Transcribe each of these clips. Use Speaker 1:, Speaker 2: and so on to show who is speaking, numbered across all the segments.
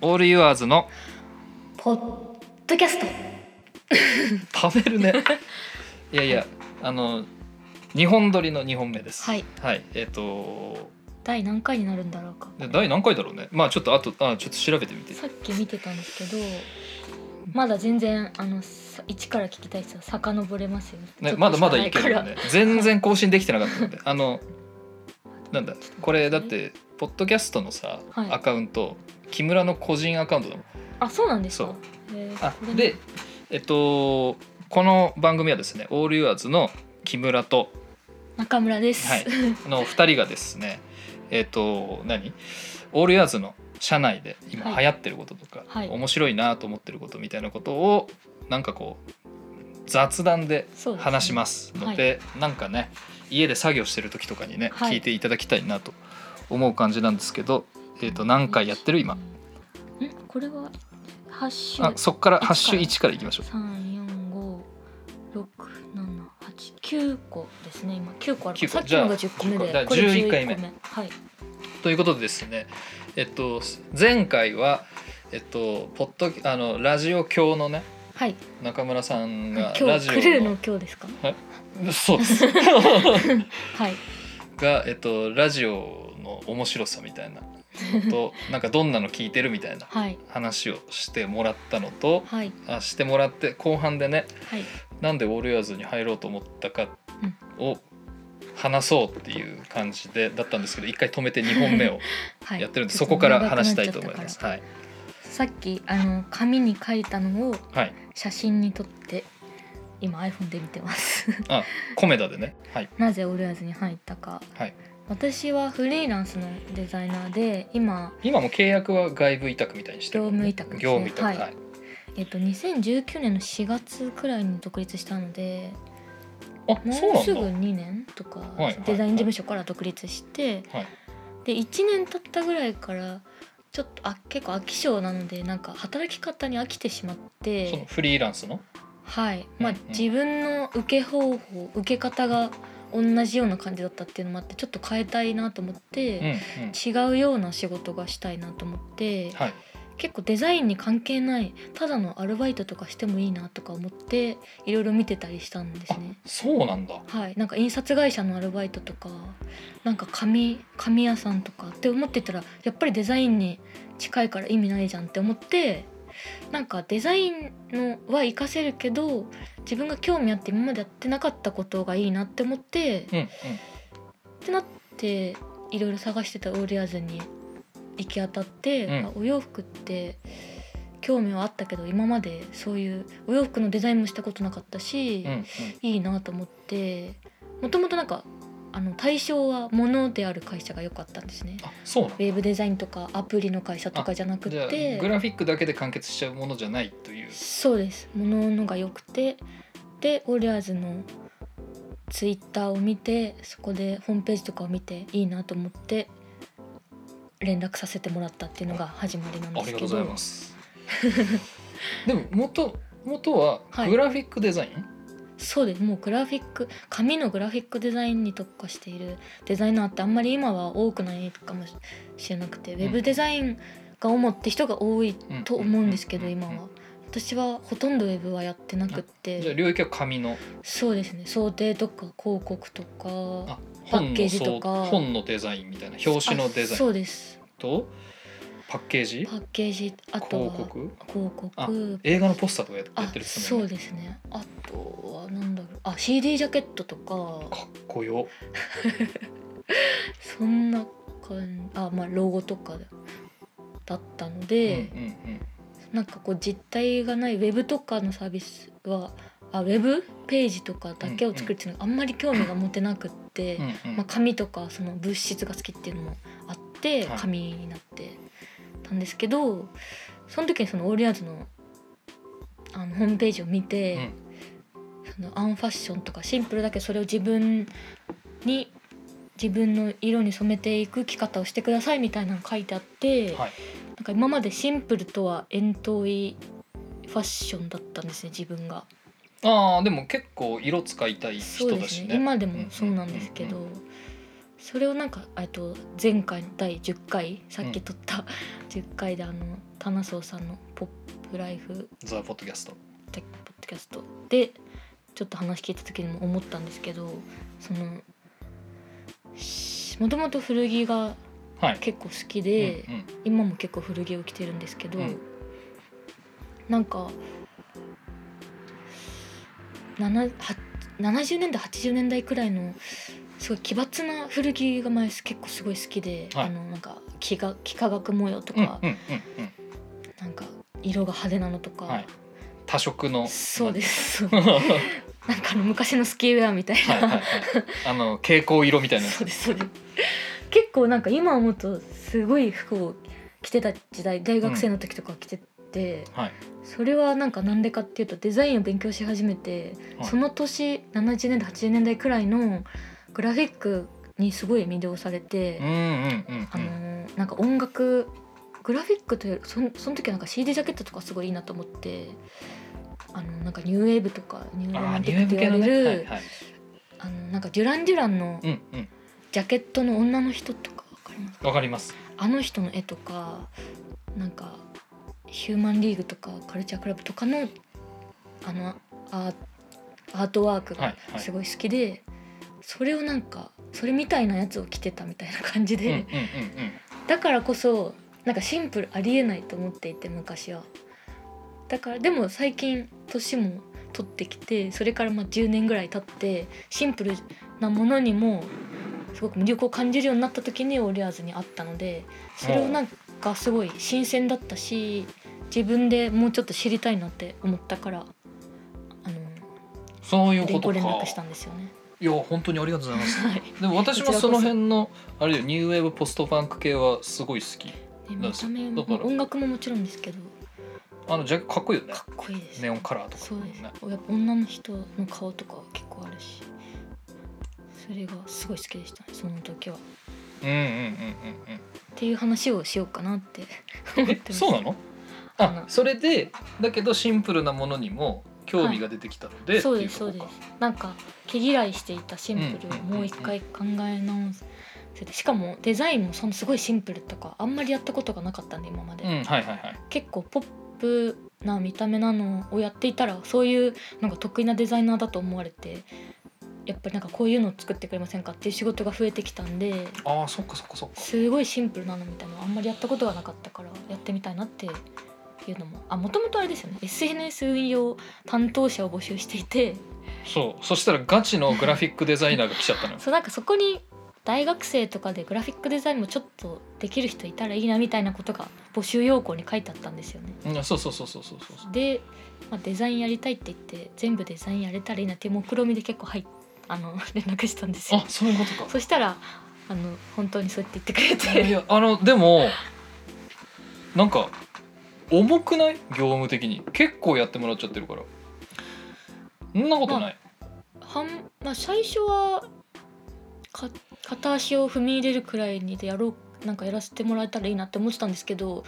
Speaker 1: オールユアーズの
Speaker 2: ポッドキャスト
Speaker 1: 食べるねいやいやあの日本撮りの2本目です
Speaker 2: はい
Speaker 1: えっ、と
Speaker 2: 第何回になるんだろうか
Speaker 1: で第何回だろうねまあちょっとあとあちょっと調べてみて
Speaker 2: さっき見てたんですけどまだ全然あのさ一から聞きたい人は遡れますよちょっ
Speaker 1: ね
Speaker 2: と
Speaker 1: まだまだ
Speaker 2: し
Speaker 1: い
Speaker 2: か
Speaker 1: け
Speaker 2: な
Speaker 1: るよ
Speaker 2: から
Speaker 1: ね全然更新できてなかった のであのなんだこれだってポッドキャストのさ、
Speaker 2: はい
Speaker 1: アカウント木村の個人アカウントだもん
Speaker 2: あそうなんですか
Speaker 1: そ
Speaker 2: へー
Speaker 1: あ
Speaker 2: これね
Speaker 1: でえっとこの番組はですね「オールユアーズの木村と
Speaker 2: 中村です
Speaker 1: はいの2人がですねえっと何オールユアーズの社内で今
Speaker 2: はい
Speaker 1: 流行ってることとか、
Speaker 2: はい
Speaker 1: 面白いなと思ってることみたいなことをなんかこう雑談で
Speaker 2: そうですね
Speaker 1: 話しますのでなんかね家で作業してる時とかにね、
Speaker 2: はい
Speaker 1: 聞いていただきたいなと思う感じなんですけど、えー、と何回やってる今
Speaker 2: んこれはハッシ
Speaker 1: あ
Speaker 2: ュ
Speaker 1: そっから
Speaker 2: 一
Speaker 1: ハッシュ
Speaker 2: から
Speaker 1: 1からいきましょう
Speaker 2: 三四五六七八九個ですね今九個あ
Speaker 1: 九個
Speaker 2: るさっきの
Speaker 1: じゃ
Speaker 2: が
Speaker 1: あ
Speaker 2: 十個目
Speaker 1: じゃあ
Speaker 2: でこれ
Speaker 1: 11
Speaker 2: 11
Speaker 1: 回目
Speaker 2: はい
Speaker 1: ということでですね、えっと、前回は、えっと、ポッドあのラジオ教のね
Speaker 2: はい
Speaker 1: 中村さん
Speaker 2: 今
Speaker 1: が
Speaker 2: 日ク
Speaker 1: ラジオ
Speaker 2: ルーの今日ですか
Speaker 1: そうです
Speaker 2: はい
Speaker 1: が、えっと、ラジオの面白さみたいなのとなんかどんなの聞いてるみたいな
Speaker 2: はい
Speaker 1: 話をしてもらったのと
Speaker 2: はい
Speaker 1: あしてもらって後半でね
Speaker 2: はい
Speaker 1: なんでオールヤーズに入ろうと思ったか
Speaker 2: うん
Speaker 1: を話そうっていう感じでだったんですけど一回止めて2本目を
Speaker 2: はい
Speaker 1: やってるんで、そこから話したいと思います。はい、
Speaker 2: さっきあの紙に書いたのを
Speaker 1: はい、
Speaker 2: 写真に撮って今 iPhone で見てます
Speaker 1: あコメダでね、はい、
Speaker 2: なぜオレアズに入ったか
Speaker 1: はい、
Speaker 2: 私はフリーランスのデザイナーで今
Speaker 1: 今も契約は外部委託みたいにしてるもんね、
Speaker 2: 業務委託ですね
Speaker 1: 業務委託、は
Speaker 2: はいいえっと、2019年の4月くらいに独立したので
Speaker 1: あそう
Speaker 2: もうすぐ
Speaker 1: なんだ
Speaker 2: 2年とか
Speaker 1: いはい
Speaker 2: デザイン事務所から独立して、
Speaker 1: はい
Speaker 2: で1年経ったぐらいからちょっとあ結構飽き性なのでなんか働き方に飽きてしまっ
Speaker 1: その
Speaker 2: て
Speaker 1: フリーランスの
Speaker 2: はい、まあ
Speaker 1: うんうん
Speaker 2: 自分の受け方法受け方が同じような感じだったっていうのもあってちょっと変えたいなと思っ
Speaker 1: うんう
Speaker 2: て、
Speaker 1: ん
Speaker 2: 違うような仕事がしたいなと思って、
Speaker 1: はい
Speaker 2: 結構デザインに関係ないただのアルバイトとかしてもいいなとか思っていろいろ見てたりしたんです
Speaker 1: あ
Speaker 2: ね。
Speaker 1: そうなんだ
Speaker 2: はい、なんか印刷会社のアルバイトとかなんか紙紙屋さんとかって思ってたらやっぱりデザインに近いから意味ないじゃんって思ってなんかデザインのは活かせるけど自分が興味あって今までやってなかったことがいいなって思って
Speaker 1: うんうん
Speaker 2: ってなっていろいろ探してたオールヤーズに行き当たって、
Speaker 1: うん
Speaker 2: あお洋服って興味はあったけど今までそういうお洋服のデザインもしたことなかったし、
Speaker 1: うんうん
Speaker 2: いいなと思ってもともとなんかあの対象は物である会社が良かったんですね。
Speaker 1: あそうなんだ
Speaker 2: ウェブデザインとかアプリの会社とかじゃなく
Speaker 1: じゃあ
Speaker 2: て
Speaker 1: グラフィックだけで完結しちゃうものじゃないという
Speaker 2: そうです物のが良くてでオリアーズのツイッターを見てそこでホームページとかを見ていいなと思って連絡させてもらったっていうのが始まりなん
Speaker 1: あ
Speaker 2: で
Speaker 1: りが
Speaker 2: す
Speaker 1: とう
Speaker 2: け
Speaker 1: ござい
Speaker 2: ど
Speaker 1: ます。 でも元元は
Speaker 2: はい
Speaker 1: グラフィックデザイン、
Speaker 2: そうですもうグラフィック紙のグラフィックデザインに特化しているデザイナーってあんまり今は多くないかもしれなくて、ウェブデザインが主って人が多いと思うんですけど
Speaker 1: うんうんう
Speaker 2: 今
Speaker 1: ん
Speaker 2: は。私はほとんどウェブはやってなくって
Speaker 1: じゃあ領域は紙の
Speaker 2: そうですね想定とか広告とか
Speaker 1: あ
Speaker 2: パ
Speaker 1: 本
Speaker 2: ッ
Speaker 1: の
Speaker 2: ケージとか
Speaker 1: そう本のデザインみたいな表紙のデザ
Speaker 2: あ
Speaker 1: イ
Speaker 2: そ
Speaker 1: ン
Speaker 2: うです
Speaker 1: とパッケージ
Speaker 2: パッケージあとは
Speaker 1: 広告
Speaker 2: 広告
Speaker 1: あ映画のポスターとかやっ
Speaker 2: あ
Speaker 1: やってるっつって
Speaker 2: そ
Speaker 1: もん
Speaker 2: う
Speaker 1: ね
Speaker 2: ですねあとはなんだろうあ CD ジャケットとか
Speaker 1: かっこよ
Speaker 2: そんな感じあまあロゴとかだったので、
Speaker 1: うんうん
Speaker 2: なんかこう実体がないウェブとかのサービスはあウェブページとかだけを作るっていうのがあんまり興味が持てなくって。
Speaker 1: うんうんうん
Speaker 2: まあ、紙とかその物質が好きっていうのもあって
Speaker 1: はい
Speaker 2: 紙になってたんですけど、その時にそのオールヤーズのあのホームページを見て、そのアンファッションとかシンプルだけどそれを自分に自分の色に染めていく着方をしてくださいみたいなの書いてあって、
Speaker 1: はい
Speaker 2: なんか今までシンプルとは遠遠いファッションだったんですね自分が。
Speaker 1: あーでも結構色使いたい
Speaker 2: そう
Speaker 1: 人
Speaker 2: で
Speaker 1: だ
Speaker 2: す
Speaker 1: し
Speaker 2: ね
Speaker 1: ね
Speaker 2: 今でもそうなんですけど、
Speaker 1: う
Speaker 2: それをなんかえっと前回の第10回さっき撮った10回であの棚荘さんの「ポップライフ
Speaker 1: ザ・ポッドキャスト」
Speaker 2: ポッドキャストでちょっと話聞いた時にも思ったんですけどそのしもともと古着が
Speaker 1: はい
Speaker 2: 結構好きで、
Speaker 1: うんうん
Speaker 2: 今も結構古着を着てるんですけど、
Speaker 1: うん
Speaker 2: なんか7は70年代80年代くらいのすごい奇抜な古着が前結構すごい好きで、
Speaker 1: はい
Speaker 2: あのなんか幾何幾何学模様と
Speaker 1: うんうん
Speaker 2: か、
Speaker 1: うんうん
Speaker 2: なんか色が派手なのとか、
Speaker 1: はい多色の
Speaker 2: そうです す
Speaker 1: は
Speaker 2: そう
Speaker 1: いはい
Speaker 2: なんかあの昔のスキーウェアみたいな、
Speaker 1: はいあの蛍光色みたいなやつ
Speaker 2: そうですそうです結構なんか今思うとすごい服を着てた時代大学生の時とか着てて、
Speaker 1: はい
Speaker 2: それはなんかなんでかっていうとデザインを勉強し始めて、
Speaker 1: はい
Speaker 2: その年70年代80年代くらいのグラフィックにすごい魅了されて、
Speaker 1: うんうんうん
Speaker 2: あのーなんか音楽グラフィックというよりそんその時はなんか CD ジャケットとかすごいいいなと思ってあのなんかニューウェーブとかニ
Speaker 1: う
Speaker 2: ュー
Speaker 1: ん
Speaker 2: ロ
Speaker 1: あ
Speaker 2: マ
Speaker 1: ー
Speaker 2: ンテ
Speaker 1: ニュ
Speaker 2: ィ
Speaker 1: ー
Speaker 2: ッ
Speaker 1: エ
Speaker 2: ク
Speaker 1: ム系
Speaker 2: って言
Speaker 1: の
Speaker 2: われ
Speaker 1: ね
Speaker 2: る、
Speaker 1: はいはい
Speaker 2: あのなんかデュラン・デュランの
Speaker 1: うんうん
Speaker 2: ジャケットの女の人とかわかります
Speaker 1: わかります
Speaker 2: あの人の絵とかなんかヒューマンリーグとかカルチャークラブとかのあのアーアートワーク
Speaker 1: は
Speaker 2: が
Speaker 1: いはい
Speaker 2: すごい好きで、それをなんかそれみたいなやつを着てたみたいな感じ
Speaker 1: うんうん
Speaker 2: で、
Speaker 1: うん
Speaker 2: だからこそなんかシンプルありえないと思っていて昔はだからでも最近年も取ってきてそれからまあ10年ぐらい経ってシンプルなものにもすごく魅力を感じるようになった時にオリアーズにあったのでそれをなんかすごい新鮮だったし自分でもうちょっと知りたいなって思ったからあの
Speaker 1: そういうこ
Speaker 2: ご
Speaker 1: と
Speaker 2: 連絡した
Speaker 1: か
Speaker 2: んですよね。
Speaker 1: いや本当にありがとうございます
Speaker 2: はい、
Speaker 1: でも私もその辺のあれだよニューウェーブポストパンク系はすごい好き
Speaker 2: で見た目
Speaker 1: だ
Speaker 2: も
Speaker 1: から
Speaker 2: 音楽ももちろんですけど
Speaker 1: あのジャケかっこいいよね
Speaker 2: かっこいいです
Speaker 1: ネオンカラーとか
Speaker 2: そうです、
Speaker 1: ね
Speaker 2: やっぱ女の人の顔とか結構あるしそれがすごい好きでしたねその時はっ
Speaker 1: うんうんうん
Speaker 2: ていう話をしようかなって
Speaker 1: うんうん
Speaker 2: 思
Speaker 1: え
Speaker 2: ってます
Speaker 1: そうなの
Speaker 2: あ
Speaker 1: あ
Speaker 2: の
Speaker 1: それでだけどシンプルなものにも興味が出てきたので、
Speaker 2: そう
Speaker 1: ってい
Speaker 2: です
Speaker 1: とこ
Speaker 2: そう
Speaker 1: か
Speaker 2: ですなんか毛嫌いしていたシンプルをもう一回考え直すしかもデザインもそのすごいシンプルとかあんまりやったことがなかったんで今まで、
Speaker 1: うんはいはいはい
Speaker 2: 結構ポップな見た目なのをやっていたらそういうなんか得意なデザイナーだと思われてやっぱりなんかこういうのを作ってくれませんかっていう仕事が増えてきたんで
Speaker 1: ああそっかそっかそっか
Speaker 2: すごいシンプルなのみたいなのあんまりやったことがなかったからやってみたいなっていうのもあもともとあれですよね SNS 運用担当者を募集していて
Speaker 1: そうそしたらガチのグラフィックデザイナーが来ちゃったのよ
Speaker 2: そうなんかそこに大学生とかでグラフィックデザインもちょっとできる人いたらいいなみたいなことが募集要項に書いてあったんですよね。
Speaker 1: うんそうそうそうそうそうそうそう
Speaker 2: で、まあ、デザインやりたいって言って全部デザインやれたらいいなって目論見みで結構はいあの連絡したんですよ
Speaker 1: あ。そういうことか
Speaker 2: そしたらあの本当にそうやって言ってくれ
Speaker 1: い
Speaker 2: て
Speaker 1: やあのでもなんか重くない業務的に結構やってもらっちゃってるからそんなことない、
Speaker 2: はん、まあ、最初はか片足を踏み入れるくらいにでやろうなんかやらせてもらえたらいいなって思ってたんですけど、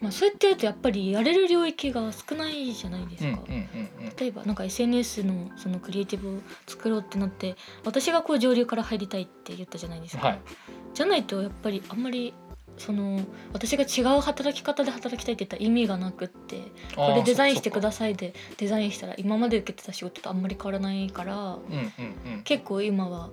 Speaker 2: まあ、そうやってやるとやっぱりやれる領域が少ないじゃないです
Speaker 1: うん
Speaker 2: か。
Speaker 1: うんうんうん
Speaker 2: 例えばなんか SNS のそのクリエイティブを作ろうってなって私がこう上流から入りたいって言ったじゃないですか、
Speaker 1: はい
Speaker 2: じゃないとやっぱりあんまりその私が違う働き方で働きたいって言ったら意味がなくって
Speaker 1: あ
Speaker 2: こ
Speaker 1: ー
Speaker 2: れデザインしてくだ
Speaker 1: そ
Speaker 2: さいでデザインしたら今まで受けてた仕事とあんまり変わらないから
Speaker 1: っかうんうんうん
Speaker 2: 結構今は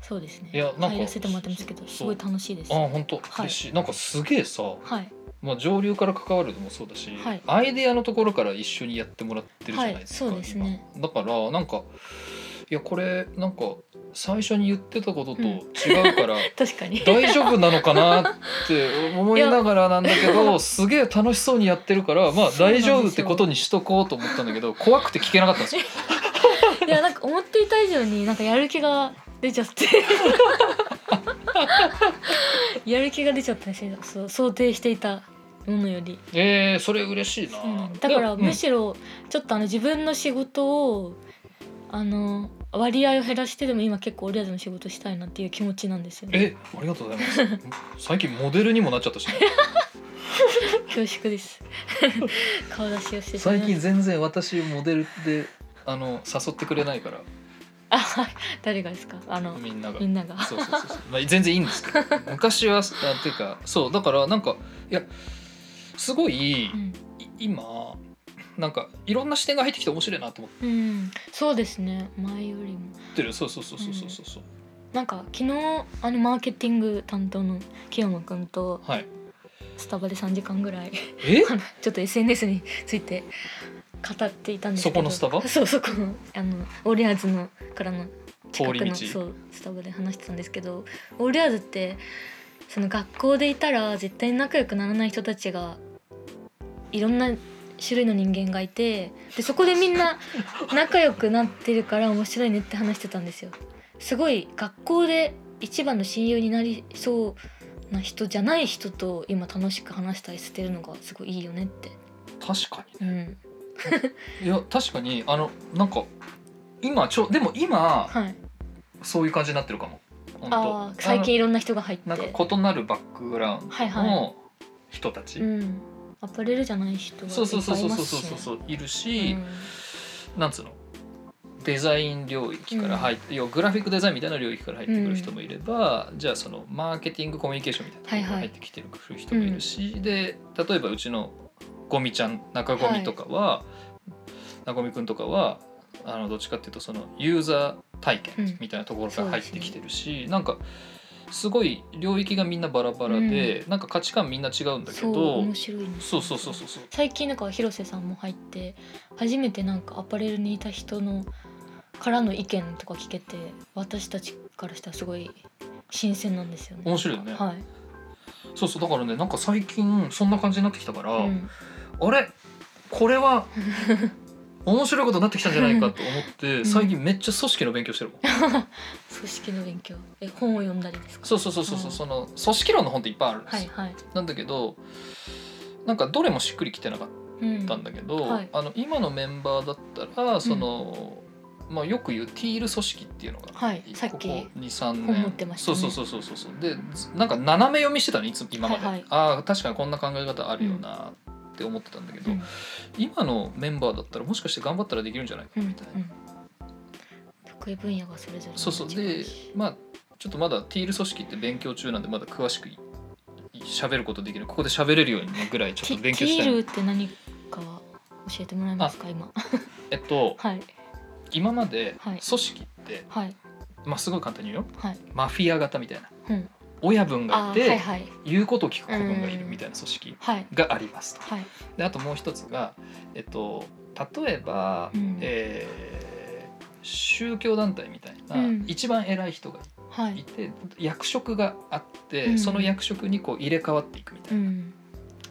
Speaker 2: そうですね
Speaker 1: いやなんか
Speaker 2: 入らせてもらってますけど
Speaker 1: そう
Speaker 2: すごい楽しいです
Speaker 1: あ本当、
Speaker 2: はい
Speaker 1: 嬉しいなんかすげえさ、
Speaker 2: はい
Speaker 1: まあ、上流から関わるのもそうだし、
Speaker 2: はい
Speaker 1: アイデアのところから一緒にやってもらってるじゃないですか、
Speaker 2: はいそうですね
Speaker 1: 今だからなんかいやこれなんか最初に言ってたことと
Speaker 2: うん
Speaker 1: 違う から、
Speaker 2: 確かに
Speaker 1: 大丈夫なのかなって思いながらなんだけどすげえ楽しそうにやってるからまあ
Speaker 2: そう
Speaker 1: 大
Speaker 2: なんですよ
Speaker 1: 丈夫ってことにしとこうと思ったんだけど怖くて聞けなかったん ですよ。
Speaker 2: いやなんか思っていた以上になんかやる気が出ちゃって やる気が出ちゃったしそう想定していたものより、
Speaker 1: えー、それ嬉しいな
Speaker 2: うん。だから
Speaker 1: で
Speaker 2: むしろちょっとあの自分の仕事をあの割合を減らしてでも今結構オリアーズの仕事したいなっていう気持ちなんですよ
Speaker 1: うんえ
Speaker 2: ね
Speaker 1: ありがとうございます。最近モデルにもなっちゃったしね、
Speaker 2: 恐縮です 顔出しをしてしま
Speaker 1: 最
Speaker 2: いました
Speaker 1: 近全然私モデルであの誘ってくれないから
Speaker 2: あはい誰がですかあの
Speaker 1: みんなが
Speaker 2: みんなが
Speaker 1: そうそうそうそう、まあ、全然いいんですけど 昔はあっていうかそうだからなんかいやすごい、
Speaker 2: うん、
Speaker 1: い今なんかいろんな視点が入ってきて面白いなと思
Speaker 2: うん、そうですね前よりも
Speaker 1: ってるそうそうそうそうそうそうそう、
Speaker 2: なんか昨日あのマーケティング担当の清野くんと
Speaker 1: はい
Speaker 2: スタバで3時間ぐらい
Speaker 1: え
Speaker 2: あのちょっと SNS について語っていたんですけど
Speaker 1: そこのスタバ
Speaker 2: そうそこのあのオリアーズのからの 近
Speaker 1: 通
Speaker 2: く
Speaker 1: り
Speaker 2: の
Speaker 1: 道
Speaker 2: そうスタバで話してたんですけどオリアーズってその学校でいたら絶対仲良くならない人たちがいろんな種類の人間がいてでそこでみん な仲良くなってるから面白いねって話してたんですよ。すごい学校で一番の親友になりそうな人じゃない人と今楽しく話したりしてるのがすごいいいよねって。
Speaker 1: 確か
Speaker 2: う
Speaker 1: にね
Speaker 2: ん、
Speaker 1: いや確かにあのなんか今ちょでも今
Speaker 2: はい。
Speaker 1: そういう感じになってるかも本当
Speaker 2: ああ最近いろんな人が入っ
Speaker 1: あのなん
Speaker 2: て。
Speaker 1: か異なるバックグラウン
Speaker 2: はい
Speaker 1: ド
Speaker 2: は
Speaker 1: の人たち、
Speaker 2: うん。アパレルじゃない人がいっ
Speaker 1: そうそうそ
Speaker 2: ぱ
Speaker 1: うそ
Speaker 2: いいうま
Speaker 1: そう
Speaker 2: す
Speaker 1: そう
Speaker 2: し
Speaker 1: そう
Speaker 2: ね。
Speaker 1: そういる
Speaker 2: う
Speaker 1: し、
Speaker 2: ん
Speaker 1: なんつうのデザイン領域から入って、要はグラフィックデザインみたいな領域から入ってくる人もいれば、じゃあそのマーケティングコミュニケーションみたいなところ
Speaker 2: はい
Speaker 1: が
Speaker 2: は
Speaker 1: 入
Speaker 2: い
Speaker 1: ってきてる人もいるし、で例えばうちのゴミちゃん中ゴミとかは、なごみくんとかはあのどっちかっていうとそのユーザー体験みたいなところから入ってきてるし、なんかすごい領域がみんなバラバラで、なんか価値観みんな違うんだけ
Speaker 2: そう
Speaker 1: ど
Speaker 2: 面白いね。
Speaker 1: そうそうそうそうそう
Speaker 2: 最近なんか広瀬さんも入って初めてなんかアパレルにいた人のからの意見とか聞けて私たちからしたらすごい新鮮なんですよね。
Speaker 1: 面白いよね
Speaker 2: はい。
Speaker 1: そうそうだからねなんか最近そんな感じになってきたから。
Speaker 2: うん
Speaker 1: あれこれ は面白いことになってきたんじゃないかと思って
Speaker 2: ん
Speaker 1: 最近めっちゃ組織の勉強してるもん
Speaker 2: 組織の勉強え本を読んだりですか。
Speaker 1: そうそうそうそうそう
Speaker 2: うん
Speaker 1: その組織論の本っていっぱいあるんです
Speaker 2: はい
Speaker 1: よ
Speaker 2: はい。
Speaker 1: なんだけどなんかどれもしっくりきてなかっ
Speaker 2: うん。
Speaker 1: たんだけど、
Speaker 2: はい
Speaker 1: あの今のメンバーだったらその、まあ、よく言うティール組織っていうのが、
Speaker 2: はいさっ
Speaker 1: ここ
Speaker 2: き
Speaker 1: 23年
Speaker 2: 本持ってましたね
Speaker 1: そうそうそうそうそうでずなんか斜め読みしてたのいつも今まで、
Speaker 2: はいはい
Speaker 1: ああ確かにこんな考え方あるよなって思ってたんだけど、
Speaker 2: うん
Speaker 1: 今のメンバーだったらもしかして頑張ったらできるんじゃないか
Speaker 2: うんう
Speaker 1: み
Speaker 2: ん
Speaker 1: たいな、。
Speaker 2: 得意分野がそれぞれ
Speaker 1: そうそう
Speaker 2: 違
Speaker 1: で
Speaker 2: し
Speaker 1: まあちょっとまだティール組織って勉強中なんでまだ詳しくい喋ることできるここで喋れるようにねぐらいちょっと
Speaker 2: テ
Speaker 1: 勉
Speaker 2: ィテ
Speaker 1: 強
Speaker 2: ィ
Speaker 1: した
Speaker 2: ール
Speaker 1: い
Speaker 2: って何か教えてもらえますか今。
Speaker 1: えっと
Speaker 2: はい
Speaker 1: 今まで
Speaker 2: は
Speaker 1: 組
Speaker 2: い
Speaker 1: 織って、
Speaker 2: はい
Speaker 1: まあすごい簡単に言うよ
Speaker 2: はい。
Speaker 1: マフィア型みたいな
Speaker 2: うん。
Speaker 1: 親分がい
Speaker 2: あー
Speaker 1: て、
Speaker 2: はいはい
Speaker 1: 言うことを聞く子分がいるみたいな組織
Speaker 2: はい
Speaker 1: がありますと。
Speaker 2: はい。
Speaker 1: であともう一つが、えっと、例えば、
Speaker 2: うん
Speaker 1: えー宗教団体みたいな、
Speaker 2: うん
Speaker 1: 一番偉い人が
Speaker 2: はいい。
Speaker 1: て役職があって、
Speaker 2: うん
Speaker 1: その役職にこう入れ替わっていくみた
Speaker 2: う。
Speaker 1: いなん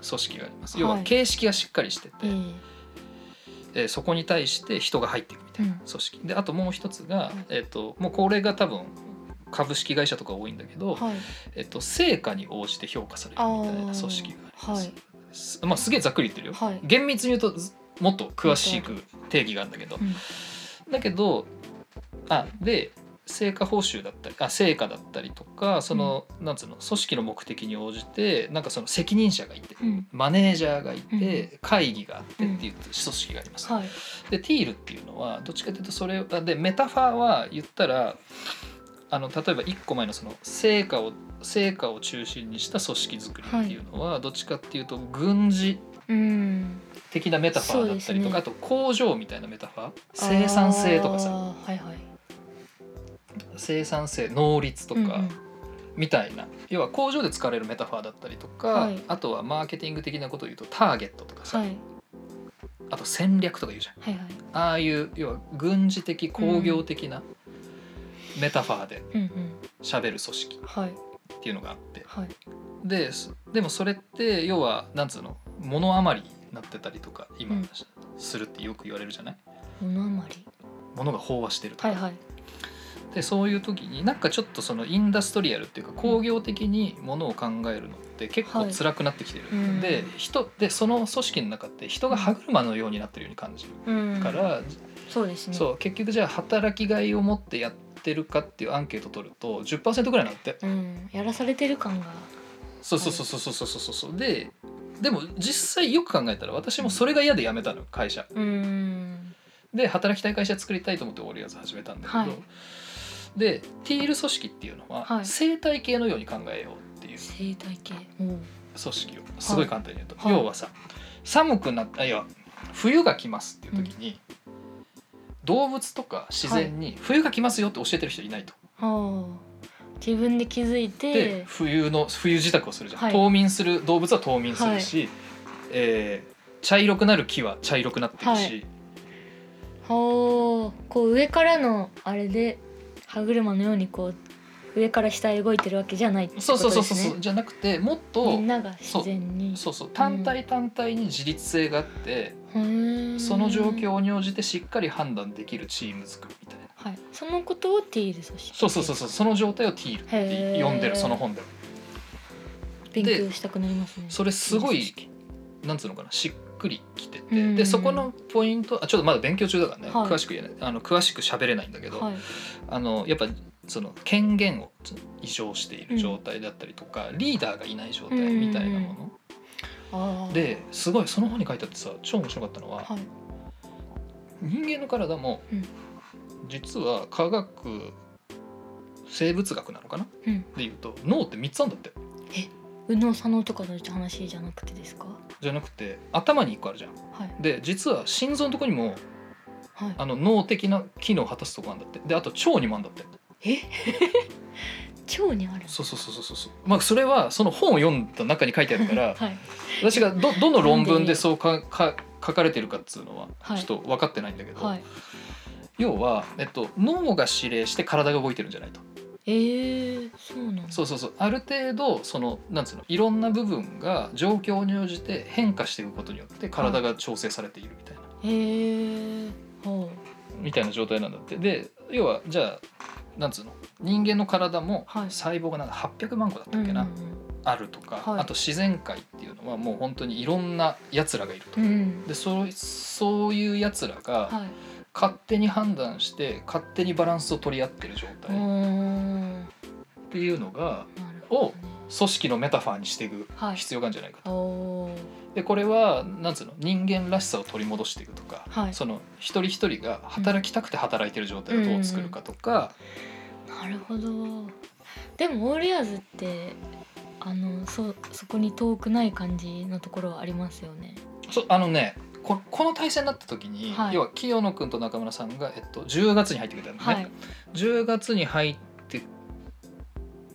Speaker 1: 組織があります、
Speaker 2: はい
Speaker 1: 要は形式がしっかりしてて、
Speaker 2: ええ。
Speaker 1: えーそこに対して人が入っていくみたいな組織、であともう一つが
Speaker 2: うん、
Speaker 1: えっともうこれが多分株式会社とか多いんだけど、
Speaker 2: はい。
Speaker 1: えっと成果に応じて評価されるみたいな組織があります。
Speaker 2: はい
Speaker 1: すまあ、すげえざっくり言ってるよ、
Speaker 2: はい
Speaker 1: 厳密に言うとずもっと詳しく定義があるんだけど、
Speaker 2: うん
Speaker 1: だけどあで成果報酬だったりあ成果だったりとかその、なんつうの組織の目的に応じてなんかその責任者がいて、
Speaker 2: うん。
Speaker 1: マネージャーがいて、
Speaker 2: う
Speaker 1: 会議があってっていう組織があります。
Speaker 2: はい。
Speaker 1: でティールっていうのはどっちかというとそれあでメタファーは言ったらあの例えば1個前のその成果を成果を中心にした組織作りっていうのは、どっちかっていうと軍事
Speaker 2: うん。
Speaker 1: 的なメタファーだったりとか、あ
Speaker 2: そうですね
Speaker 1: と工場みたいなメタファー生産性とかさ
Speaker 2: あーはいはい。
Speaker 1: 生産性能率と
Speaker 2: うん
Speaker 1: かみたいな、要は工場で使われるメタファーだったりとか、
Speaker 2: はい
Speaker 1: あとはマーケティング的なことを言うとターゲットとかさ、
Speaker 2: はい
Speaker 1: あと戦略とか言うじゃん。
Speaker 2: はいはい。
Speaker 1: ああいう要は軍事的工業的なメタファーで
Speaker 2: うんうん。
Speaker 1: 喋る組織
Speaker 2: はい
Speaker 1: っていうのがあって
Speaker 2: はい。
Speaker 1: でそでもそれって要はなんつうの物余りになってたりとか今、
Speaker 2: うん
Speaker 1: するってよく言われるじゃない
Speaker 2: 物余り。
Speaker 1: 物が飽和してるとか、
Speaker 2: はいはい。
Speaker 1: でそういう時になんかちょっとそのインダストリアルっていうか工業的に物を考えるのって結構
Speaker 2: はい
Speaker 1: 辛くなってきてる、
Speaker 2: うん
Speaker 1: で人でその組織の中って人が歯車のようになってるように感じる
Speaker 2: うん。
Speaker 1: から、
Speaker 2: そうですね。
Speaker 1: そう結局じゃあ働きがいを持ってやってるかっていうアンケート取ると10%ぐらいなんだって
Speaker 2: うん。やらされてる感が。
Speaker 1: そうそうそうそうそうそうそうそうででも実際よく考えたら私もそれが嫌で辞めたの会社
Speaker 2: うん。
Speaker 1: で働きたい会社作りたいと思ってオリアーズ始めたんだけど、
Speaker 2: はい
Speaker 1: でティール組織っていうの
Speaker 2: は
Speaker 1: はい生態系のように考えようっていう
Speaker 2: 生態系おう
Speaker 1: 組織をすごい簡単に言うと、
Speaker 2: はい
Speaker 1: 要はさ寒くなったいや冬が来ますっていう時に、動物とか自然に冬が来ますよって教えてる人いないと。
Speaker 2: はあ自分で気づい
Speaker 1: で
Speaker 2: て
Speaker 1: 冬の冬自宅をするじゃん、
Speaker 2: はい
Speaker 1: 冬眠する動物は冬眠するし、えー茶色くなる木は茶色くなってるし、
Speaker 2: はいはあこう上からのあれで歯車のようにこう上から下へ動いてるわけじゃないってこと
Speaker 1: そう
Speaker 2: です
Speaker 1: そう
Speaker 2: ね
Speaker 1: そうそう、じゃなくてもっと
Speaker 2: みんなが自然に
Speaker 1: そうそう単体単体に自立性があって、
Speaker 2: へえ
Speaker 1: その状況に応じてしっかり判断できるチーム作りみたいな
Speaker 2: はいそのことをティール組織
Speaker 1: そうそうそうそうその状態をティールって呼んで
Speaker 2: へー
Speaker 1: るその本でも
Speaker 2: 勉強したくなりますね
Speaker 1: それすごい
Speaker 2: ティール組織
Speaker 1: なんつうのかなしっくりきて
Speaker 2: う
Speaker 1: て
Speaker 2: ん
Speaker 1: でそこのポイントあちょっとまだ勉強中だからね、
Speaker 2: はい
Speaker 1: 詳しく言えないあの詳しく喋れないんだけど、
Speaker 2: はい
Speaker 1: あのやっぱその権限を移譲している状態だったりとか、リーダーがいない状態みたいなもの、
Speaker 2: ああ
Speaker 1: ですごいその本に書いてあってさ超面白かったのは、
Speaker 2: はい
Speaker 1: 人間の体も、
Speaker 2: うん
Speaker 1: 実は科学生物学なのかな
Speaker 2: うん
Speaker 1: でいうと脳って3つあるんだって
Speaker 2: 右脳左脳とかの話じゃなくてですか
Speaker 1: じゃなくて頭に1個あるじゃん。
Speaker 2: はい
Speaker 1: で実は心臓のとこにも
Speaker 2: はい
Speaker 1: あの脳的な機能を果たすとこあるんだってであと腸にもあるんだって
Speaker 2: 腸にある
Speaker 1: そうそうそうそうそうまあそれはその本を読んだ中に書いてあるから
Speaker 2: はい
Speaker 1: 私がどどの論文でそうかか書かれてるかっつうのは
Speaker 2: はい
Speaker 1: ちょっと分かってないんだけど、
Speaker 2: はい
Speaker 1: 要は、えっと、脳が指令して体が動いてるんじゃないと
Speaker 2: ええそうなんだ
Speaker 1: そうそうそうある程度そのなんつうのいろんな部分が状況に応じて変化していくことによって体が調整されているみたいな、
Speaker 2: へえは
Speaker 1: みたいな状態なんだってで要はじゃあなんつうの人間の体も
Speaker 2: はい
Speaker 1: 細胞がなんか800万個だっ
Speaker 2: あ
Speaker 1: たっけな、
Speaker 2: うんうん
Speaker 1: あるとか、
Speaker 2: はい
Speaker 1: あと自然界っていうのはもう本当にいろんなやつらがいると。
Speaker 2: うん
Speaker 1: でそうそういうやつらが、
Speaker 2: はい
Speaker 1: 勝手に判断して勝手にバランスを取り合ってる状
Speaker 2: うー
Speaker 1: 態っ
Speaker 2: んな
Speaker 1: ていうのが
Speaker 2: るほどね
Speaker 1: 組織のメタファーにしていく
Speaker 2: はい
Speaker 1: 必要があるんじゃないかと。
Speaker 2: おー
Speaker 1: でこれはなんつうの人間らしさを取り戻していくとか、
Speaker 2: はい
Speaker 1: その一人一人が働きたくて働いてる状態をどう作るかとか、
Speaker 2: なるほどでもオールヤーズってあのそそこに遠くない感じのところはありますよね
Speaker 1: そあのねここの対戦になった時に、
Speaker 2: はい
Speaker 1: 要は清野君と中村さんが、えっと、10月に入ってくれたんだね、
Speaker 2: はい
Speaker 1: 10月に入って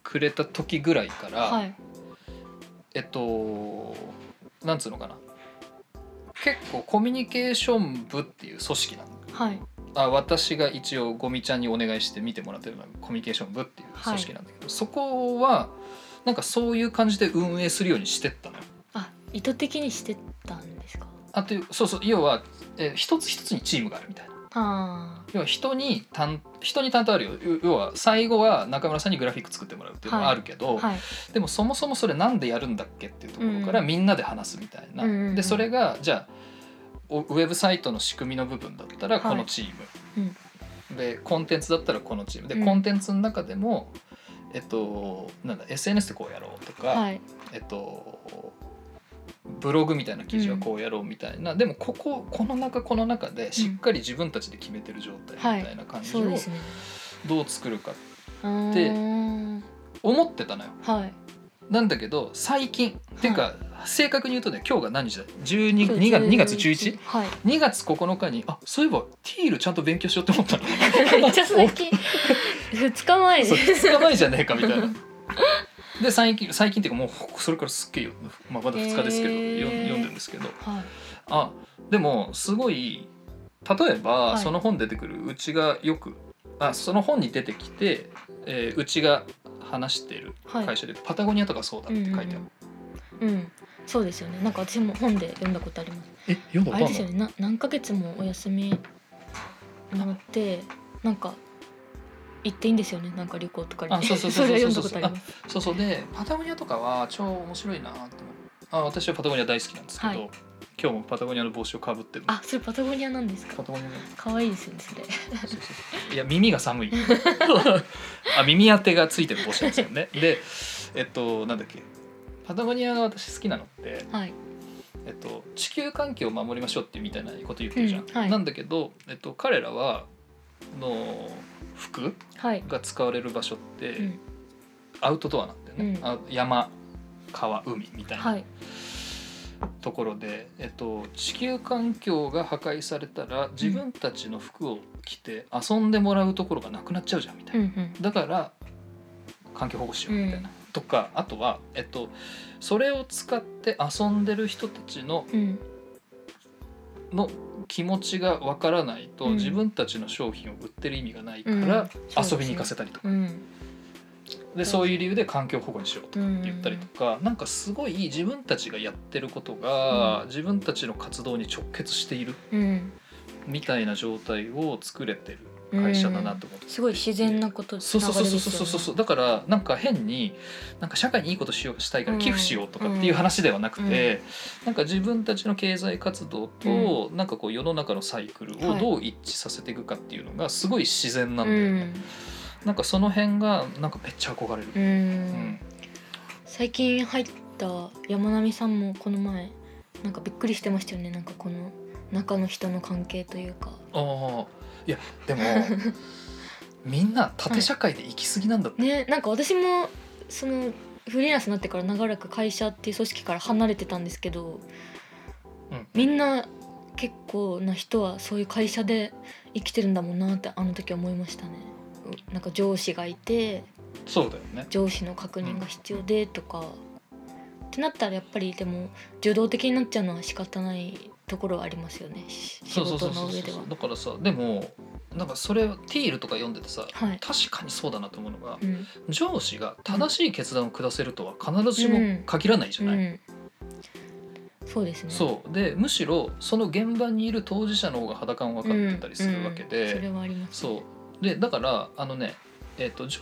Speaker 1: くれた時ぐらいから、
Speaker 2: はい
Speaker 1: えっとなんつうのかな結構コミュニケーション部っていう組織なの
Speaker 2: はい
Speaker 1: あ私が一応ゴミちゃんにお願いして見てもらってるのはコミュニケーション部っていう組織なんだけど、そこはなんかそういう感じで運営するようにしてったのよ。
Speaker 2: あ意図的にしてたんですか
Speaker 1: あというそうそう要は、えー一つ一つにチームがあるみたいな
Speaker 2: あ
Speaker 1: 要は人に担人に担当あるよ要要は最後は中村さんにグラフィック作ってもらうっていうのはあるけ
Speaker 2: あ
Speaker 1: ど、
Speaker 2: はい
Speaker 1: でもそもそもそれなんでやるんだっけっていうところから
Speaker 2: うん
Speaker 1: みんなで話すみたいな、
Speaker 2: うんうんうん
Speaker 1: でそれがじゃあおウェブサイトの仕組みの部分だったらこのチーム、でコンテンツだったらこのチームで
Speaker 2: うん
Speaker 1: コンテンツの中でも、えっとなんだ SNS でこうやろうとか、
Speaker 2: はい
Speaker 1: えっとブログみたいな記事はこうやろうみたいな、でもこここの中この中でしっかり自分たちで決めてる状態みたいな感じ
Speaker 2: そ
Speaker 1: を
Speaker 2: うですね
Speaker 1: どう作るか
Speaker 2: あー
Speaker 1: 思ってたのよ。
Speaker 2: はい
Speaker 1: なんだけど最近っていうか、正確に言うとね今日が何日だ12
Speaker 2: 今日
Speaker 1: 2, 月2月 11?2
Speaker 2: 11はい
Speaker 1: 月9日にあそういえばティールちゃんと勉強しようって思ったの
Speaker 2: めっ ちゃ最近2日前
Speaker 1: そう
Speaker 2: で
Speaker 1: 2日前じゃねえかみたいな。で最近最近っていうかもうそれからすっげえよ、まあ、まだ2日ですけど、
Speaker 2: へー
Speaker 1: 読ん読んでるんですけど
Speaker 2: はい
Speaker 1: あでもすごい例えば、
Speaker 2: はい
Speaker 1: その本出てくるうちがよくあその本に出てきて、えーうちが話してる
Speaker 2: はい
Speaker 1: 会社で、パタゴニアとかそうだって書いてある、
Speaker 2: うんうんうん、そうですよねなんか私も本で読んだことあります
Speaker 1: え読んだ
Speaker 2: あ
Speaker 1: こと
Speaker 2: れ
Speaker 1: あん
Speaker 2: です
Speaker 1: の
Speaker 2: よねな何ヶ月もお休みもらってなんか行っていいんですよねなんか旅行とかに
Speaker 1: あそうそう そう
Speaker 2: れは
Speaker 1: そう
Speaker 2: 読ん
Speaker 1: そうそう
Speaker 2: だことあります
Speaker 1: そうそうでパタゴニアとかは超面白いなって思うあ私はパタゴニア大好きなんですけど、
Speaker 2: はい
Speaker 1: 今日もパタゴニアの帽子をかぶってる
Speaker 2: あそれパタゴニアなんです
Speaker 1: パ
Speaker 2: か
Speaker 1: タゴニアの
Speaker 2: 可愛いですよねそれ
Speaker 1: そうそうそういや耳が 寒いあ耳当てがついてる帽子なんですよねでえっとなんだっけパタゴニアが私好きなのって
Speaker 2: はい
Speaker 1: えっと、地球環境を守りましょうってみたいなこと言ってるじゃん。
Speaker 2: うんはい
Speaker 1: なんだけど、えっと、彼らはの服
Speaker 2: はい
Speaker 1: が使われる場所って、
Speaker 2: うん
Speaker 1: アウトドアなんだよね、
Speaker 2: うん
Speaker 1: あ山川海みたい
Speaker 2: は
Speaker 1: ないところで、えっと、地球環境が破壊されたら自分たちの服を着て遊んでもらうところがなくなっちゃうじゃんみたいな
Speaker 2: う。んうん
Speaker 1: だから環境保護しようみたいな、
Speaker 2: う
Speaker 1: とかあとは、えっと、それを使って遊んでる人たちの
Speaker 2: うん
Speaker 1: の気持ちがわからないと、
Speaker 2: うん
Speaker 1: 自分たちの商品を売ってる意味がないから、
Speaker 2: うん
Speaker 1: 遊びに行かせたりとか
Speaker 2: うん
Speaker 1: でそういう理由で環境保護にしようとかって言ったりとか、なんかすごい自分たちがやってることが、
Speaker 2: うん
Speaker 1: 自分たちの活動に直結している
Speaker 2: うん
Speaker 1: みたいな状態を作れてる会社だなと思って。
Speaker 2: すごい自然なこと
Speaker 1: そうそうそうそうそうそう
Speaker 2: う
Speaker 1: そうだからなんか変になんか社会にいいことしようしたいから寄付しようとかっていう話ではなくて、なんか自分たちの経済活動と、なんかこう世の中のサイクルを
Speaker 2: はい
Speaker 1: どう一致させていくかっていうのがすごい自然なん
Speaker 2: う
Speaker 1: だよね、
Speaker 2: ん
Speaker 1: なんかその辺がなんかめっちゃ憧れる、
Speaker 2: う
Speaker 1: うん
Speaker 2: ん最近入った山並さんもこの前なんかびっくりしてましたよねなんかこの中の人の関係というか
Speaker 1: ああいやでも みんな縦社会で行き過ぎなんだって、
Speaker 2: ねなんか私もそのフリーランスになってから長らく会社っていう組織から離れてたんですけど
Speaker 1: うん
Speaker 2: みんな結構な人はそういう会社で生きてるんだもんなってあの時思いましたねうなんか上司がいて
Speaker 1: そうだよね
Speaker 2: 上司の確認が必要でとか、ってなったらやっぱりでも受動的になっちゃうのは仕方ないところはありますよねし仕
Speaker 1: そうそうそ
Speaker 2: 事
Speaker 1: うそ
Speaker 2: の
Speaker 1: うそ
Speaker 2: 上
Speaker 1: う
Speaker 2: では。
Speaker 1: だからさでもなんかそれをティールとか読んでてさ
Speaker 2: はい、
Speaker 1: 確かにそうだなと思うのが
Speaker 2: う、ん
Speaker 1: 上司が正しい決断を下せるとは必ずしも限らないじゃない、
Speaker 2: うん、そうですね
Speaker 1: そうでむしろその現場にいる当事者の方が肌感を分かってたりするわけで、
Speaker 2: うんうんそれはあります
Speaker 1: そうでだからあのねえっ、と上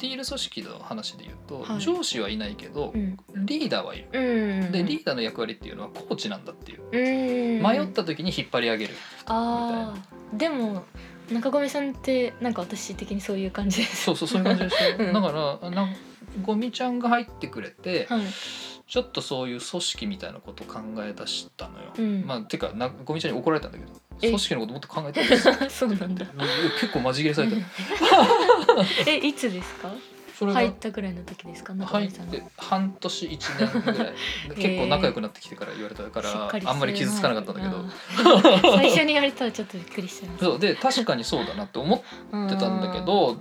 Speaker 1: ディール組織の話で言うと、
Speaker 2: はい
Speaker 1: 上司はいないけど
Speaker 2: う、ん
Speaker 1: リーダーはいる。
Speaker 2: うん
Speaker 1: でリーダーの役割っていうのはコーチなんだっていう、
Speaker 2: うん
Speaker 1: 迷った時に引っ張り上げる
Speaker 2: あーでも中込さんってなんか私的にそういう感じです
Speaker 1: そうそうそういう感じでしょ、
Speaker 2: うん
Speaker 1: だからなんゴミちゃんが入ってくれて、
Speaker 2: はい
Speaker 1: ちょっとそういう組織みたいなことを考え出したのよ。
Speaker 2: うん
Speaker 1: まあてかなゴミちゃんに怒られたんだけど
Speaker 2: え
Speaker 1: 組織のこともっと考えてるんですよ
Speaker 2: そう なんだ
Speaker 1: 結構マジ切れされたよ
Speaker 2: えいつですか
Speaker 1: それが
Speaker 2: 入ったぐらいの時ですか中
Speaker 1: 入っ
Speaker 2: 込さんの
Speaker 1: て半年一年ぐら い結構仲良くなってきてから言われたか
Speaker 2: しっ
Speaker 1: ら、
Speaker 2: かり
Speaker 1: あんまり傷つかなかったんだけど
Speaker 2: そうなん だ最初に言われたらちょっとびっくりした
Speaker 1: そうで確かにそうだなって思って
Speaker 2: な
Speaker 1: たんだけど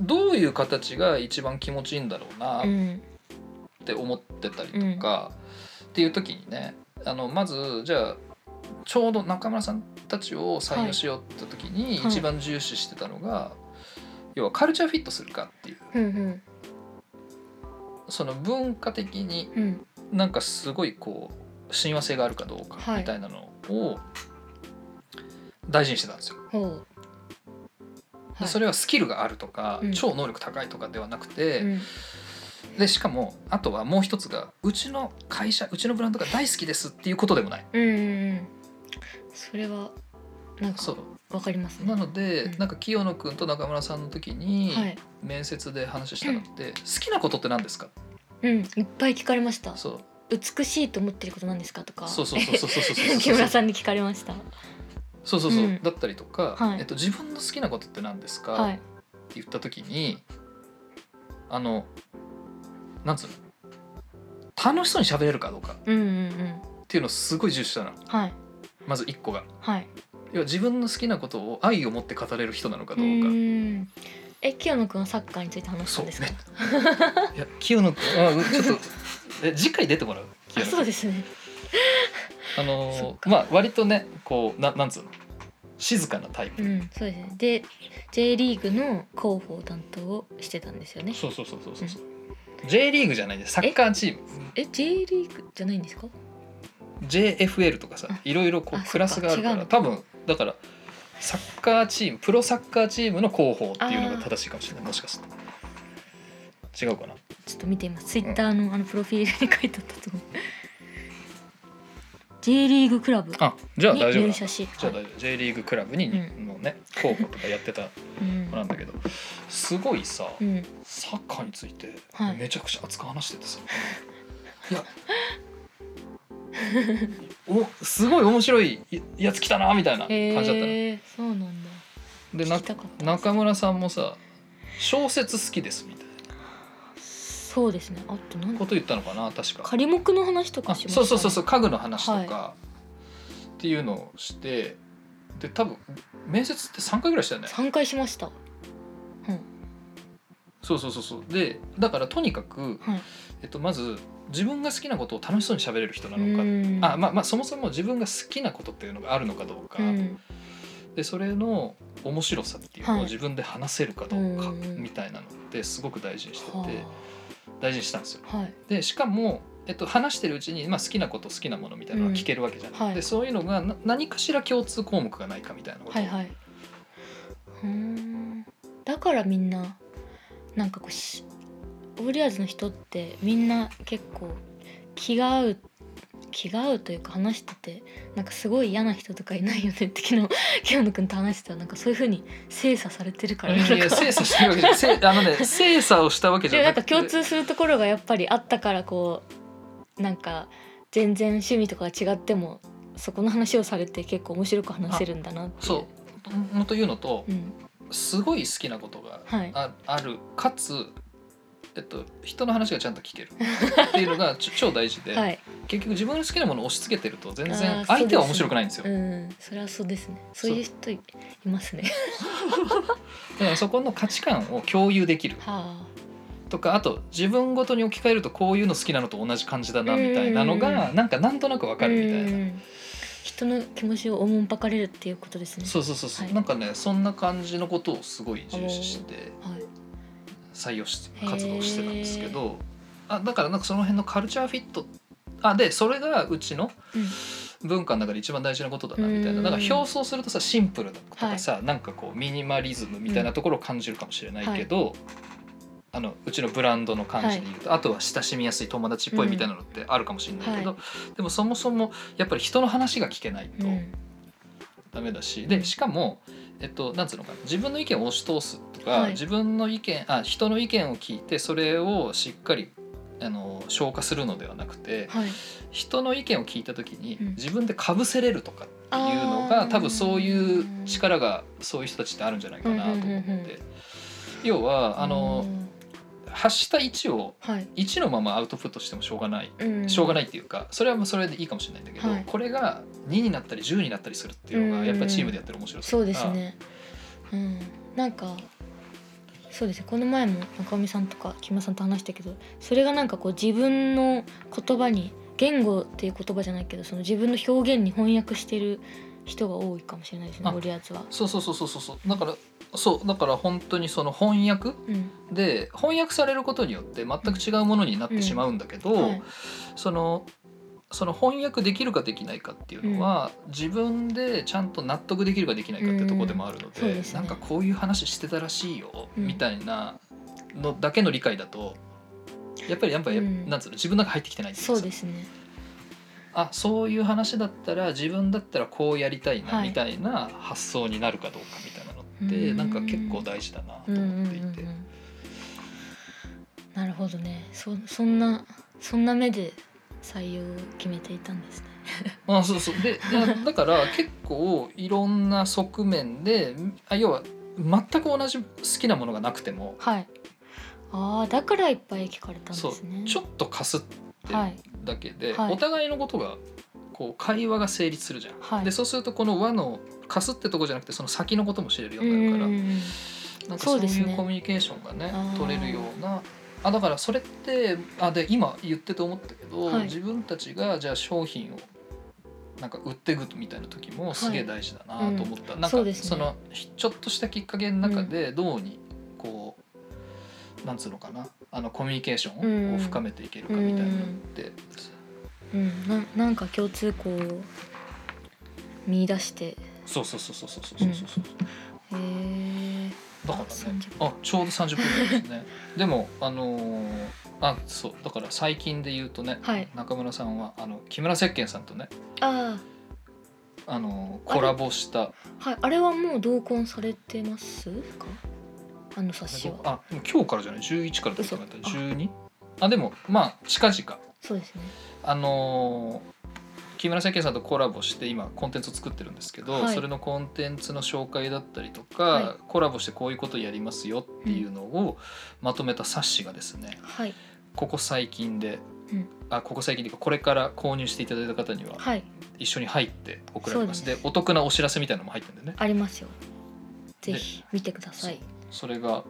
Speaker 1: どういう形が一番気持ちいいんだろうな
Speaker 2: うん
Speaker 1: って思ってたりとか、っていう時にねあのまずじゃあちょうど中村さんたちを採用しようって時に
Speaker 2: はい
Speaker 1: 一番重視してたのが、要はカルチャーフィットするかっていう
Speaker 2: うん
Speaker 1: その文化的に
Speaker 2: うんうん
Speaker 1: なんかすごいこう親和性があるかどうか
Speaker 2: はい
Speaker 1: みたいなのを大事にしてたんですよ。
Speaker 2: ほう
Speaker 1: でそ
Speaker 2: れ
Speaker 1: れはスキルがあるとか、
Speaker 2: うん
Speaker 1: 超能力高いとかではなく
Speaker 2: う
Speaker 1: て、
Speaker 2: ん
Speaker 1: でしかもあとはもう一つがうちの会社うちのブランドが大好きですっていうことでもない。
Speaker 2: うんうんうんそれはなんか
Speaker 1: そう
Speaker 2: わかりますね
Speaker 1: なので、
Speaker 2: うん
Speaker 1: なんか清野くんと中村さんの時に
Speaker 2: はい
Speaker 1: 面接で話したのって、好きなことって何ですか
Speaker 2: うんいっぱい聞かれました
Speaker 1: そう
Speaker 2: 美しいと思ってることなんですかとか
Speaker 1: そうそうそうそうそうそうそう
Speaker 2: 木村さんに聞かれました
Speaker 1: そうそうそう、
Speaker 2: うん
Speaker 1: だったりとか、
Speaker 2: はい
Speaker 1: えっと、自分の好きなことって何ですか、
Speaker 2: は
Speaker 1: って
Speaker 2: い
Speaker 1: 言った時にあのなんつうの楽しそうに喋れるかどうかっ
Speaker 2: うんうんうん
Speaker 1: ていうのをすごい重視したの
Speaker 2: はい
Speaker 1: まず1個が
Speaker 2: はい
Speaker 1: 要は自分の好きなことを愛を持って語れる人なのか
Speaker 2: う
Speaker 1: どうか。
Speaker 2: ーんえ清野くんはサッカーについて話したんですか
Speaker 1: そういや清野くんあちょっとえ次回出てもらう
Speaker 2: あ
Speaker 1: 清野くん
Speaker 2: そうですね
Speaker 1: あ
Speaker 2: そ
Speaker 1: の
Speaker 2: っ
Speaker 1: ーまあ割とねこうななんつうの静かなタイプ、
Speaker 2: うんそうですねで J リーグの広報担当をしてたんですよね
Speaker 1: そうそうそうそうそうそう J リーグじゃないんでサッカーチーム
Speaker 2: え J リーグじゃないんですか
Speaker 1: JFL とかさ
Speaker 2: あ
Speaker 1: いろいろこ
Speaker 2: あそっ
Speaker 1: う
Speaker 2: か
Speaker 1: クラスがあるか
Speaker 2: 違う
Speaker 1: ら
Speaker 2: の
Speaker 1: 多分だからサッカーチームプロサッカーチームの広報っていうのが正しいかもしれないもしかして違うかな
Speaker 2: ちょっと見てみますツイッターのあのプロフィールに書いてあったと思う J リーグクラブに
Speaker 1: あじゃあ大丈夫
Speaker 2: 入
Speaker 1: だ
Speaker 2: 社し
Speaker 1: じゃあ大丈夫 J リーグクラブに
Speaker 2: う
Speaker 1: のね広報とかやってた
Speaker 2: うん
Speaker 1: 子なんだけどすごいさ、
Speaker 2: うん
Speaker 1: サッカーについて
Speaker 2: はい
Speaker 1: めちゃくちゃ熱く話しててさ、い、やおすごい面白いやつ来たなみたいな感じだったの、
Speaker 2: へえそうなんだ
Speaker 1: で
Speaker 2: 聞
Speaker 1: な
Speaker 2: きたかった
Speaker 1: 中村さんもさ小説好きですみたい
Speaker 2: そうですねあとなん
Speaker 1: な
Speaker 2: か
Speaker 1: こと言ったのかな確か
Speaker 2: 仮目の話とか
Speaker 1: あ
Speaker 2: しました
Speaker 1: そ
Speaker 2: ね、
Speaker 1: うそうそうそう家具の話とか、
Speaker 2: は
Speaker 1: っていうのをしてで多分面接って3回ぐらいしたよね
Speaker 2: 3回しました
Speaker 1: そうそうそうそうでだからとにかく、
Speaker 2: はい
Speaker 1: えっと、まず自分が好きなことを楽しそうに喋れる人なのか
Speaker 2: うん
Speaker 1: あまあまあそもそも自分が好きなことっていうのがあるのかどうか、
Speaker 2: うん
Speaker 1: でそれの面白さっていうの
Speaker 2: は
Speaker 1: を
Speaker 2: い
Speaker 1: 自分で話せるかどうか
Speaker 2: うんうん
Speaker 1: みたいなのってすごく大事にしてて、
Speaker 2: は
Speaker 1: 大事にしたんですよ。
Speaker 2: あはい
Speaker 1: でしかも、えっと、話してるうちに、まあ、好きなこと好きなものみたいなのが聞けるわけじゃない、
Speaker 2: うんはい
Speaker 1: でそういうのがな何かしら共通項目がないかみたいなこと、
Speaker 2: はいはい。うーんだからみんななんかこうしオーリアーズの人ってみんな結構気が合う気が合うというか話しててなんかすごい嫌な人とかいないよねって昨日 清野君と話してたらなんかそういう風に精査されてるから
Speaker 1: いやい
Speaker 2: な
Speaker 1: や
Speaker 2: んか
Speaker 1: 精査してるわけじゃないせ あのね精査をしたわけじ
Speaker 2: で
Speaker 1: ゃ
Speaker 2: もな
Speaker 1: なんくて
Speaker 2: か共通するところがやっぱりあったからこうなんか全然趣味とかが違ってもそこの話をされて結構面白く話せるんだなっていう。
Speaker 1: そうもっと言うのと
Speaker 2: う、ん、
Speaker 1: すごい好きなことが
Speaker 2: はい
Speaker 1: ああるかつ、えっと、人の話がちゃんと聞けるっていうのが ちょ超大事で、
Speaker 2: はい
Speaker 1: 結局自分の好きなものを押し付けてると全
Speaker 2: あー
Speaker 1: 然相手は面白くないんですよ。
Speaker 2: うん、それはそうですね。そういう人いますね。
Speaker 1: だからそこの価値観を共有できる
Speaker 2: は
Speaker 1: とかあと自分ごとに置き換えるとこういうの好きなのと同じ感じだなみたいなの
Speaker 2: うんうん
Speaker 1: がなんかなんとなくわ
Speaker 2: あ。
Speaker 1: かるみたいな。
Speaker 2: な。人の気持ちをおもんぱかれるっていうことですね。
Speaker 1: そうそうそうそう、
Speaker 2: はい
Speaker 1: なんかねそんな感じのことをすごい重視して
Speaker 2: はい。
Speaker 1: 採用し
Speaker 2: へー
Speaker 1: 活動してたんですけどあだからなんかその辺のカルチャーフィットあでそれがうちの
Speaker 2: うん
Speaker 1: 文化の中で一番大事なことだなみたいな
Speaker 2: うん
Speaker 1: だから表層するとさシンプルだとかさ、なんかこうミニマリズムみたいなところを感じるかもしれないけど、あのうちのブランドの感じで言うと、あとは親しみやすい友達っぽいみたいなのってあるかもしれないけど、
Speaker 2: は
Speaker 1: でもそもそもやっぱり人の話が聞けないと
Speaker 2: うん。
Speaker 1: ダメだし、でしかも、えっと、なんつうのかな自分の意見を押し通すとか、
Speaker 2: はい
Speaker 1: 自分の意見あ人の意見を聞いてそれをしっかりあの消化するのではなくて、
Speaker 2: はい。
Speaker 1: 人の意見を聞いた時に
Speaker 2: うん
Speaker 1: 自分でかぶせれるとかっていうのが、
Speaker 2: あー
Speaker 1: 多分そういう力がそういう人たちってあるんじゃないかなと思って、
Speaker 2: うんうんうんうん
Speaker 1: 要はあの、
Speaker 2: うん
Speaker 1: 発した1を
Speaker 2: はい。
Speaker 1: 1のままアウトプットしてもしょうがない、
Speaker 2: うん
Speaker 1: しょうがないっていうかそれはもうそれでいいかもしれないんだけど、
Speaker 2: はい
Speaker 1: これが2になったり10になったりするっていうの
Speaker 2: うんう
Speaker 1: が
Speaker 2: ん
Speaker 1: やっぱりチームでやってる面白さ
Speaker 2: そうですね。うん。なんか。そうですねこの前も中尾さんとか木村さんと話したけどそれがなんかこう自分の言葉に言語っていう言葉じゃないけどその自分の表現に翻訳してる人が多いかもしれないですね
Speaker 1: あ
Speaker 2: オリアーズは。
Speaker 1: そうそうそうそうそうそうだからそうだから本当にその翻訳
Speaker 2: うん
Speaker 1: で翻訳されることによって全く違うものになってしまうんだけど、
Speaker 2: はい
Speaker 1: そのその翻訳できるかできないかっていうのは、自分でちゃんと納得できるかできないかってとこでもあるの
Speaker 2: うん
Speaker 1: で,、
Speaker 2: そうですね
Speaker 1: なんかこういう話してたらしいよ、
Speaker 2: うん
Speaker 1: みたいなのだけの理解だとやっぱりやっぱり、
Speaker 2: うん
Speaker 1: なんつうの自分の中入ってきてないっていか
Speaker 2: そうですね。
Speaker 1: あそういう話だったら自分だったらこうやりたいな、
Speaker 2: はい
Speaker 1: みたいな発想になるかどうかみたいなのって、
Speaker 2: うん
Speaker 1: なんか結構大事だなと
Speaker 2: うんうん
Speaker 1: 思っ
Speaker 2: うん
Speaker 1: ていて。
Speaker 2: うんなるほどねそそんなそんな目で採用を決めていたんですね
Speaker 1: あそうそうでだだから結構いろんな側面であ要は全く同じ好きなものがなくても
Speaker 2: はいああだからいっぱい聞かれたんで
Speaker 1: そう
Speaker 2: すね
Speaker 1: ちょっとかすって
Speaker 2: はい
Speaker 1: るだけで、
Speaker 2: はい
Speaker 1: お互いのことがこう会話が成立するじゃん。
Speaker 2: はい
Speaker 1: でそうするとこの輪のかすってとこじゃなくてその先のことも知れるよう
Speaker 2: うん
Speaker 1: になるから、
Speaker 2: うんう
Speaker 1: な
Speaker 2: ん
Speaker 1: んか
Speaker 2: そ
Speaker 1: そうう
Speaker 2: ですね
Speaker 1: いうコミュニケーションがね
Speaker 2: あー
Speaker 1: 取れるようなあだからそれってあで今言ってて思ったけど、
Speaker 2: はい
Speaker 1: 自分たちがじゃあ商品をなんか売っていくみたいな時もすげえ大事だなと思った、
Speaker 2: うん
Speaker 1: なん
Speaker 2: そう
Speaker 1: か
Speaker 2: ですね
Speaker 1: そのひちょっとしたきっかけの中でどうにこう、なんつうのかなあのコミュニケーションを深めていけるかみたいなのって、
Speaker 2: うんななんか共通項を見出してへ
Speaker 1: そうそうそうそうそうそうそうそう、
Speaker 2: え
Speaker 1: だからね
Speaker 2: 30
Speaker 1: あちょうど30分ぐらいですねでもあのーあそうだから最近で言うとね、
Speaker 2: はい
Speaker 1: 中村さんはあの木村石鹸さんとね
Speaker 2: あ
Speaker 1: あのー
Speaker 2: あれ
Speaker 1: コラボした
Speaker 2: あはいあれはもう同梱されてますかあの冊子は
Speaker 1: あでも今日からじゃない11からだって
Speaker 2: 嘘
Speaker 1: 言った12あでもまあ近々
Speaker 2: そうですね
Speaker 1: あのー木村拓哉さんとコラボして今コンテンツを作ってるんですけど、
Speaker 2: はい
Speaker 1: それのコンテンツの紹介だったりとか、
Speaker 2: はい
Speaker 1: コラボしてこういうことやりますよっていうのをまとめた冊子がですね
Speaker 2: はい
Speaker 1: ここ最近で、
Speaker 2: うん
Speaker 1: あここ最近でこれから購入していただいた方には
Speaker 2: はい
Speaker 1: 一緒に入って送られます
Speaker 2: そう
Speaker 1: で
Speaker 2: です
Speaker 1: お得なお知らせみたいなのも入ってるんでね
Speaker 2: ありますよぜひ見てください
Speaker 1: それが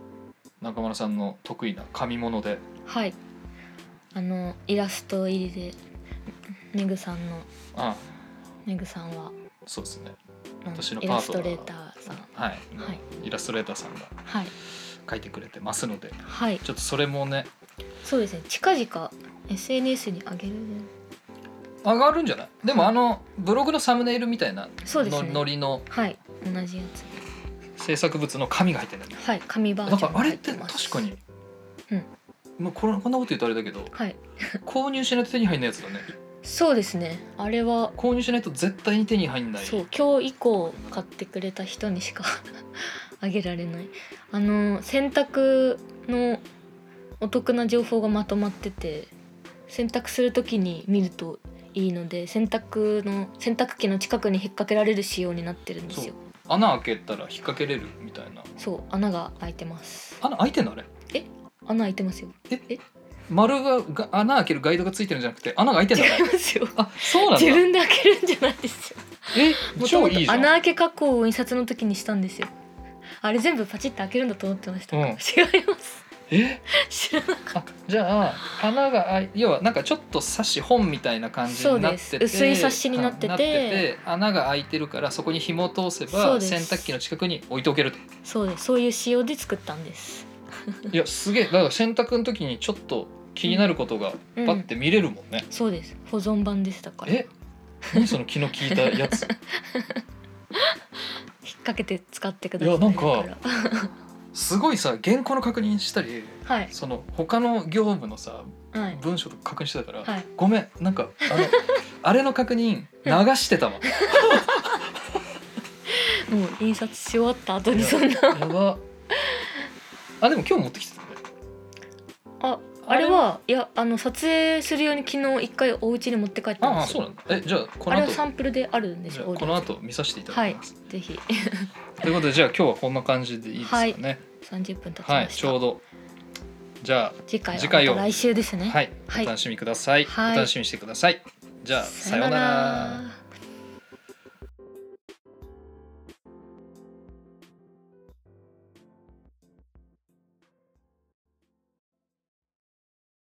Speaker 1: 中村さんの得意な紙物で
Speaker 2: はいあのイラスト入りでめぐさんの
Speaker 1: あ
Speaker 2: めぐさんは
Speaker 1: そうですね
Speaker 2: あの
Speaker 1: 私の
Speaker 2: イ
Speaker 1: パ
Speaker 2: ラ
Speaker 1: ー
Speaker 2: ス
Speaker 1: トナ
Speaker 2: ト
Speaker 1: ー
Speaker 2: レーターさん
Speaker 1: はい、
Speaker 2: はい
Speaker 1: イラストレーターさんが
Speaker 2: はい
Speaker 1: 書いてくれてますので
Speaker 2: はい
Speaker 1: ちょっとそれもね
Speaker 2: そうですね近々 SNS に上げる
Speaker 1: 上がるんじゃないでもあのブログのサムネイルみたいな
Speaker 2: そうです
Speaker 1: の
Speaker 2: ね
Speaker 1: ノリの
Speaker 2: はい同じやつ
Speaker 1: 制作物の紙が入ってるんだよね
Speaker 2: はい紙バ
Speaker 1: だ
Speaker 2: ージ
Speaker 1: か
Speaker 2: ョン
Speaker 1: ら
Speaker 2: が
Speaker 1: あれ
Speaker 2: 入
Speaker 1: って
Speaker 2: ま
Speaker 1: 確
Speaker 2: す
Speaker 1: かに、
Speaker 2: うん
Speaker 1: まあ、これこんなこと言うとあれだけ ど
Speaker 2: はい
Speaker 1: 購入しないと手に入んないやつだね
Speaker 2: そうですねあれは
Speaker 1: 購入しないと絶対に手に入んない
Speaker 2: そう今日以降買ってくれた人にしか あげられないあの洗濯のお得な情報がまとまってて洗濯する時に見るといいので洗濯の洗濯機の近くに引っ掛けられる仕様になってるんですよ
Speaker 1: 穴開けたら引っ掛けれるみたいな
Speaker 2: そう穴が開いてます
Speaker 1: 穴開いてんのあれ
Speaker 2: 穴開いてますよ
Speaker 1: 丸がが穴開けるガイドがついてるんじゃなくて穴が開いてん
Speaker 2: 違
Speaker 1: のあれ
Speaker 2: いますよ
Speaker 1: あそうなんだ
Speaker 2: 自分で開けるんじゃないですよ
Speaker 1: え
Speaker 2: もと
Speaker 1: 超
Speaker 2: も
Speaker 1: いいじ
Speaker 2: と
Speaker 1: ゃん
Speaker 2: 穴開け加工を印刷の時にしたんですよあれ全部パチッと開けるんだと思ってました、
Speaker 1: うん
Speaker 2: 違います
Speaker 1: え
Speaker 2: 知らな
Speaker 1: あじゃあ穴があい要はなんかちょっと冊子本みたいな感じになって
Speaker 2: そ
Speaker 1: て
Speaker 2: うです薄い冊子になってて
Speaker 1: うん穴が開いてるからそこに紐を通せ
Speaker 2: そう
Speaker 1: ば
Speaker 2: です
Speaker 1: 洗濯機の近くに置いておけると
Speaker 2: そうですそういう仕様で作ったんです
Speaker 1: いやすげえだから洗濯の時にちょっと気になることが
Speaker 2: うん
Speaker 1: パッて見れるもんね、
Speaker 2: そうです保存版でしたから引っ
Speaker 1: え何その気の利いたやつ
Speaker 2: 掛けて使ってください
Speaker 1: いやなんか
Speaker 2: だら
Speaker 1: すごいさ原稿の確認したり
Speaker 2: はい
Speaker 1: その他の業務のさ
Speaker 2: はい
Speaker 1: 文章とか確認してたから、
Speaker 2: はい
Speaker 1: ごめんなんかあの あれの確認流してたわ
Speaker 2: もう印刷し終わった後に
Speaker 1: いや
Speaker 2: そん な
Speaker 1: やばあでも今日持ってきてたね
Speaker 2: ああれはいやあの撮影するように昨日一回お家に持って帰ったん
Speaker 1: あ
Speaker 2: で
Speaker 1: あ
Speaker 2: す
Speaker 1: そう
Speaker 2: よ
Speaker 1: なんだえじゃあこ
Speaker 2: あ
Speaker 1: の
Speaker 2: れはサ
Speaker 1: 後
Speaker 2: ンプルであるんです
Speaker 1: じゃ
Speaker 2: よ
Speaker 1: あこの後見させていただきます、
Speaker 2: ぜひ
Speaker 1: ということでじゃあ今日はこんな感じでいいですかね
Speaker 2: 30分経ち
Speaker 1: はい、
Speaker 2: まし
Speaker 1: ち
Speaker 2: た、
Speaker 1: ょうどじゃ
Speaker 2: 次回は
Speaker 1: 次回を
Speaker 2: また来週ですね
Speaker 1: あはい、
Speaker 2: はい
Speaker 1: お楽しみください、
Speaker 2: はい
Speaker 1: お楽しみにしてくださいじゃあさようなら
Speaker 2: ら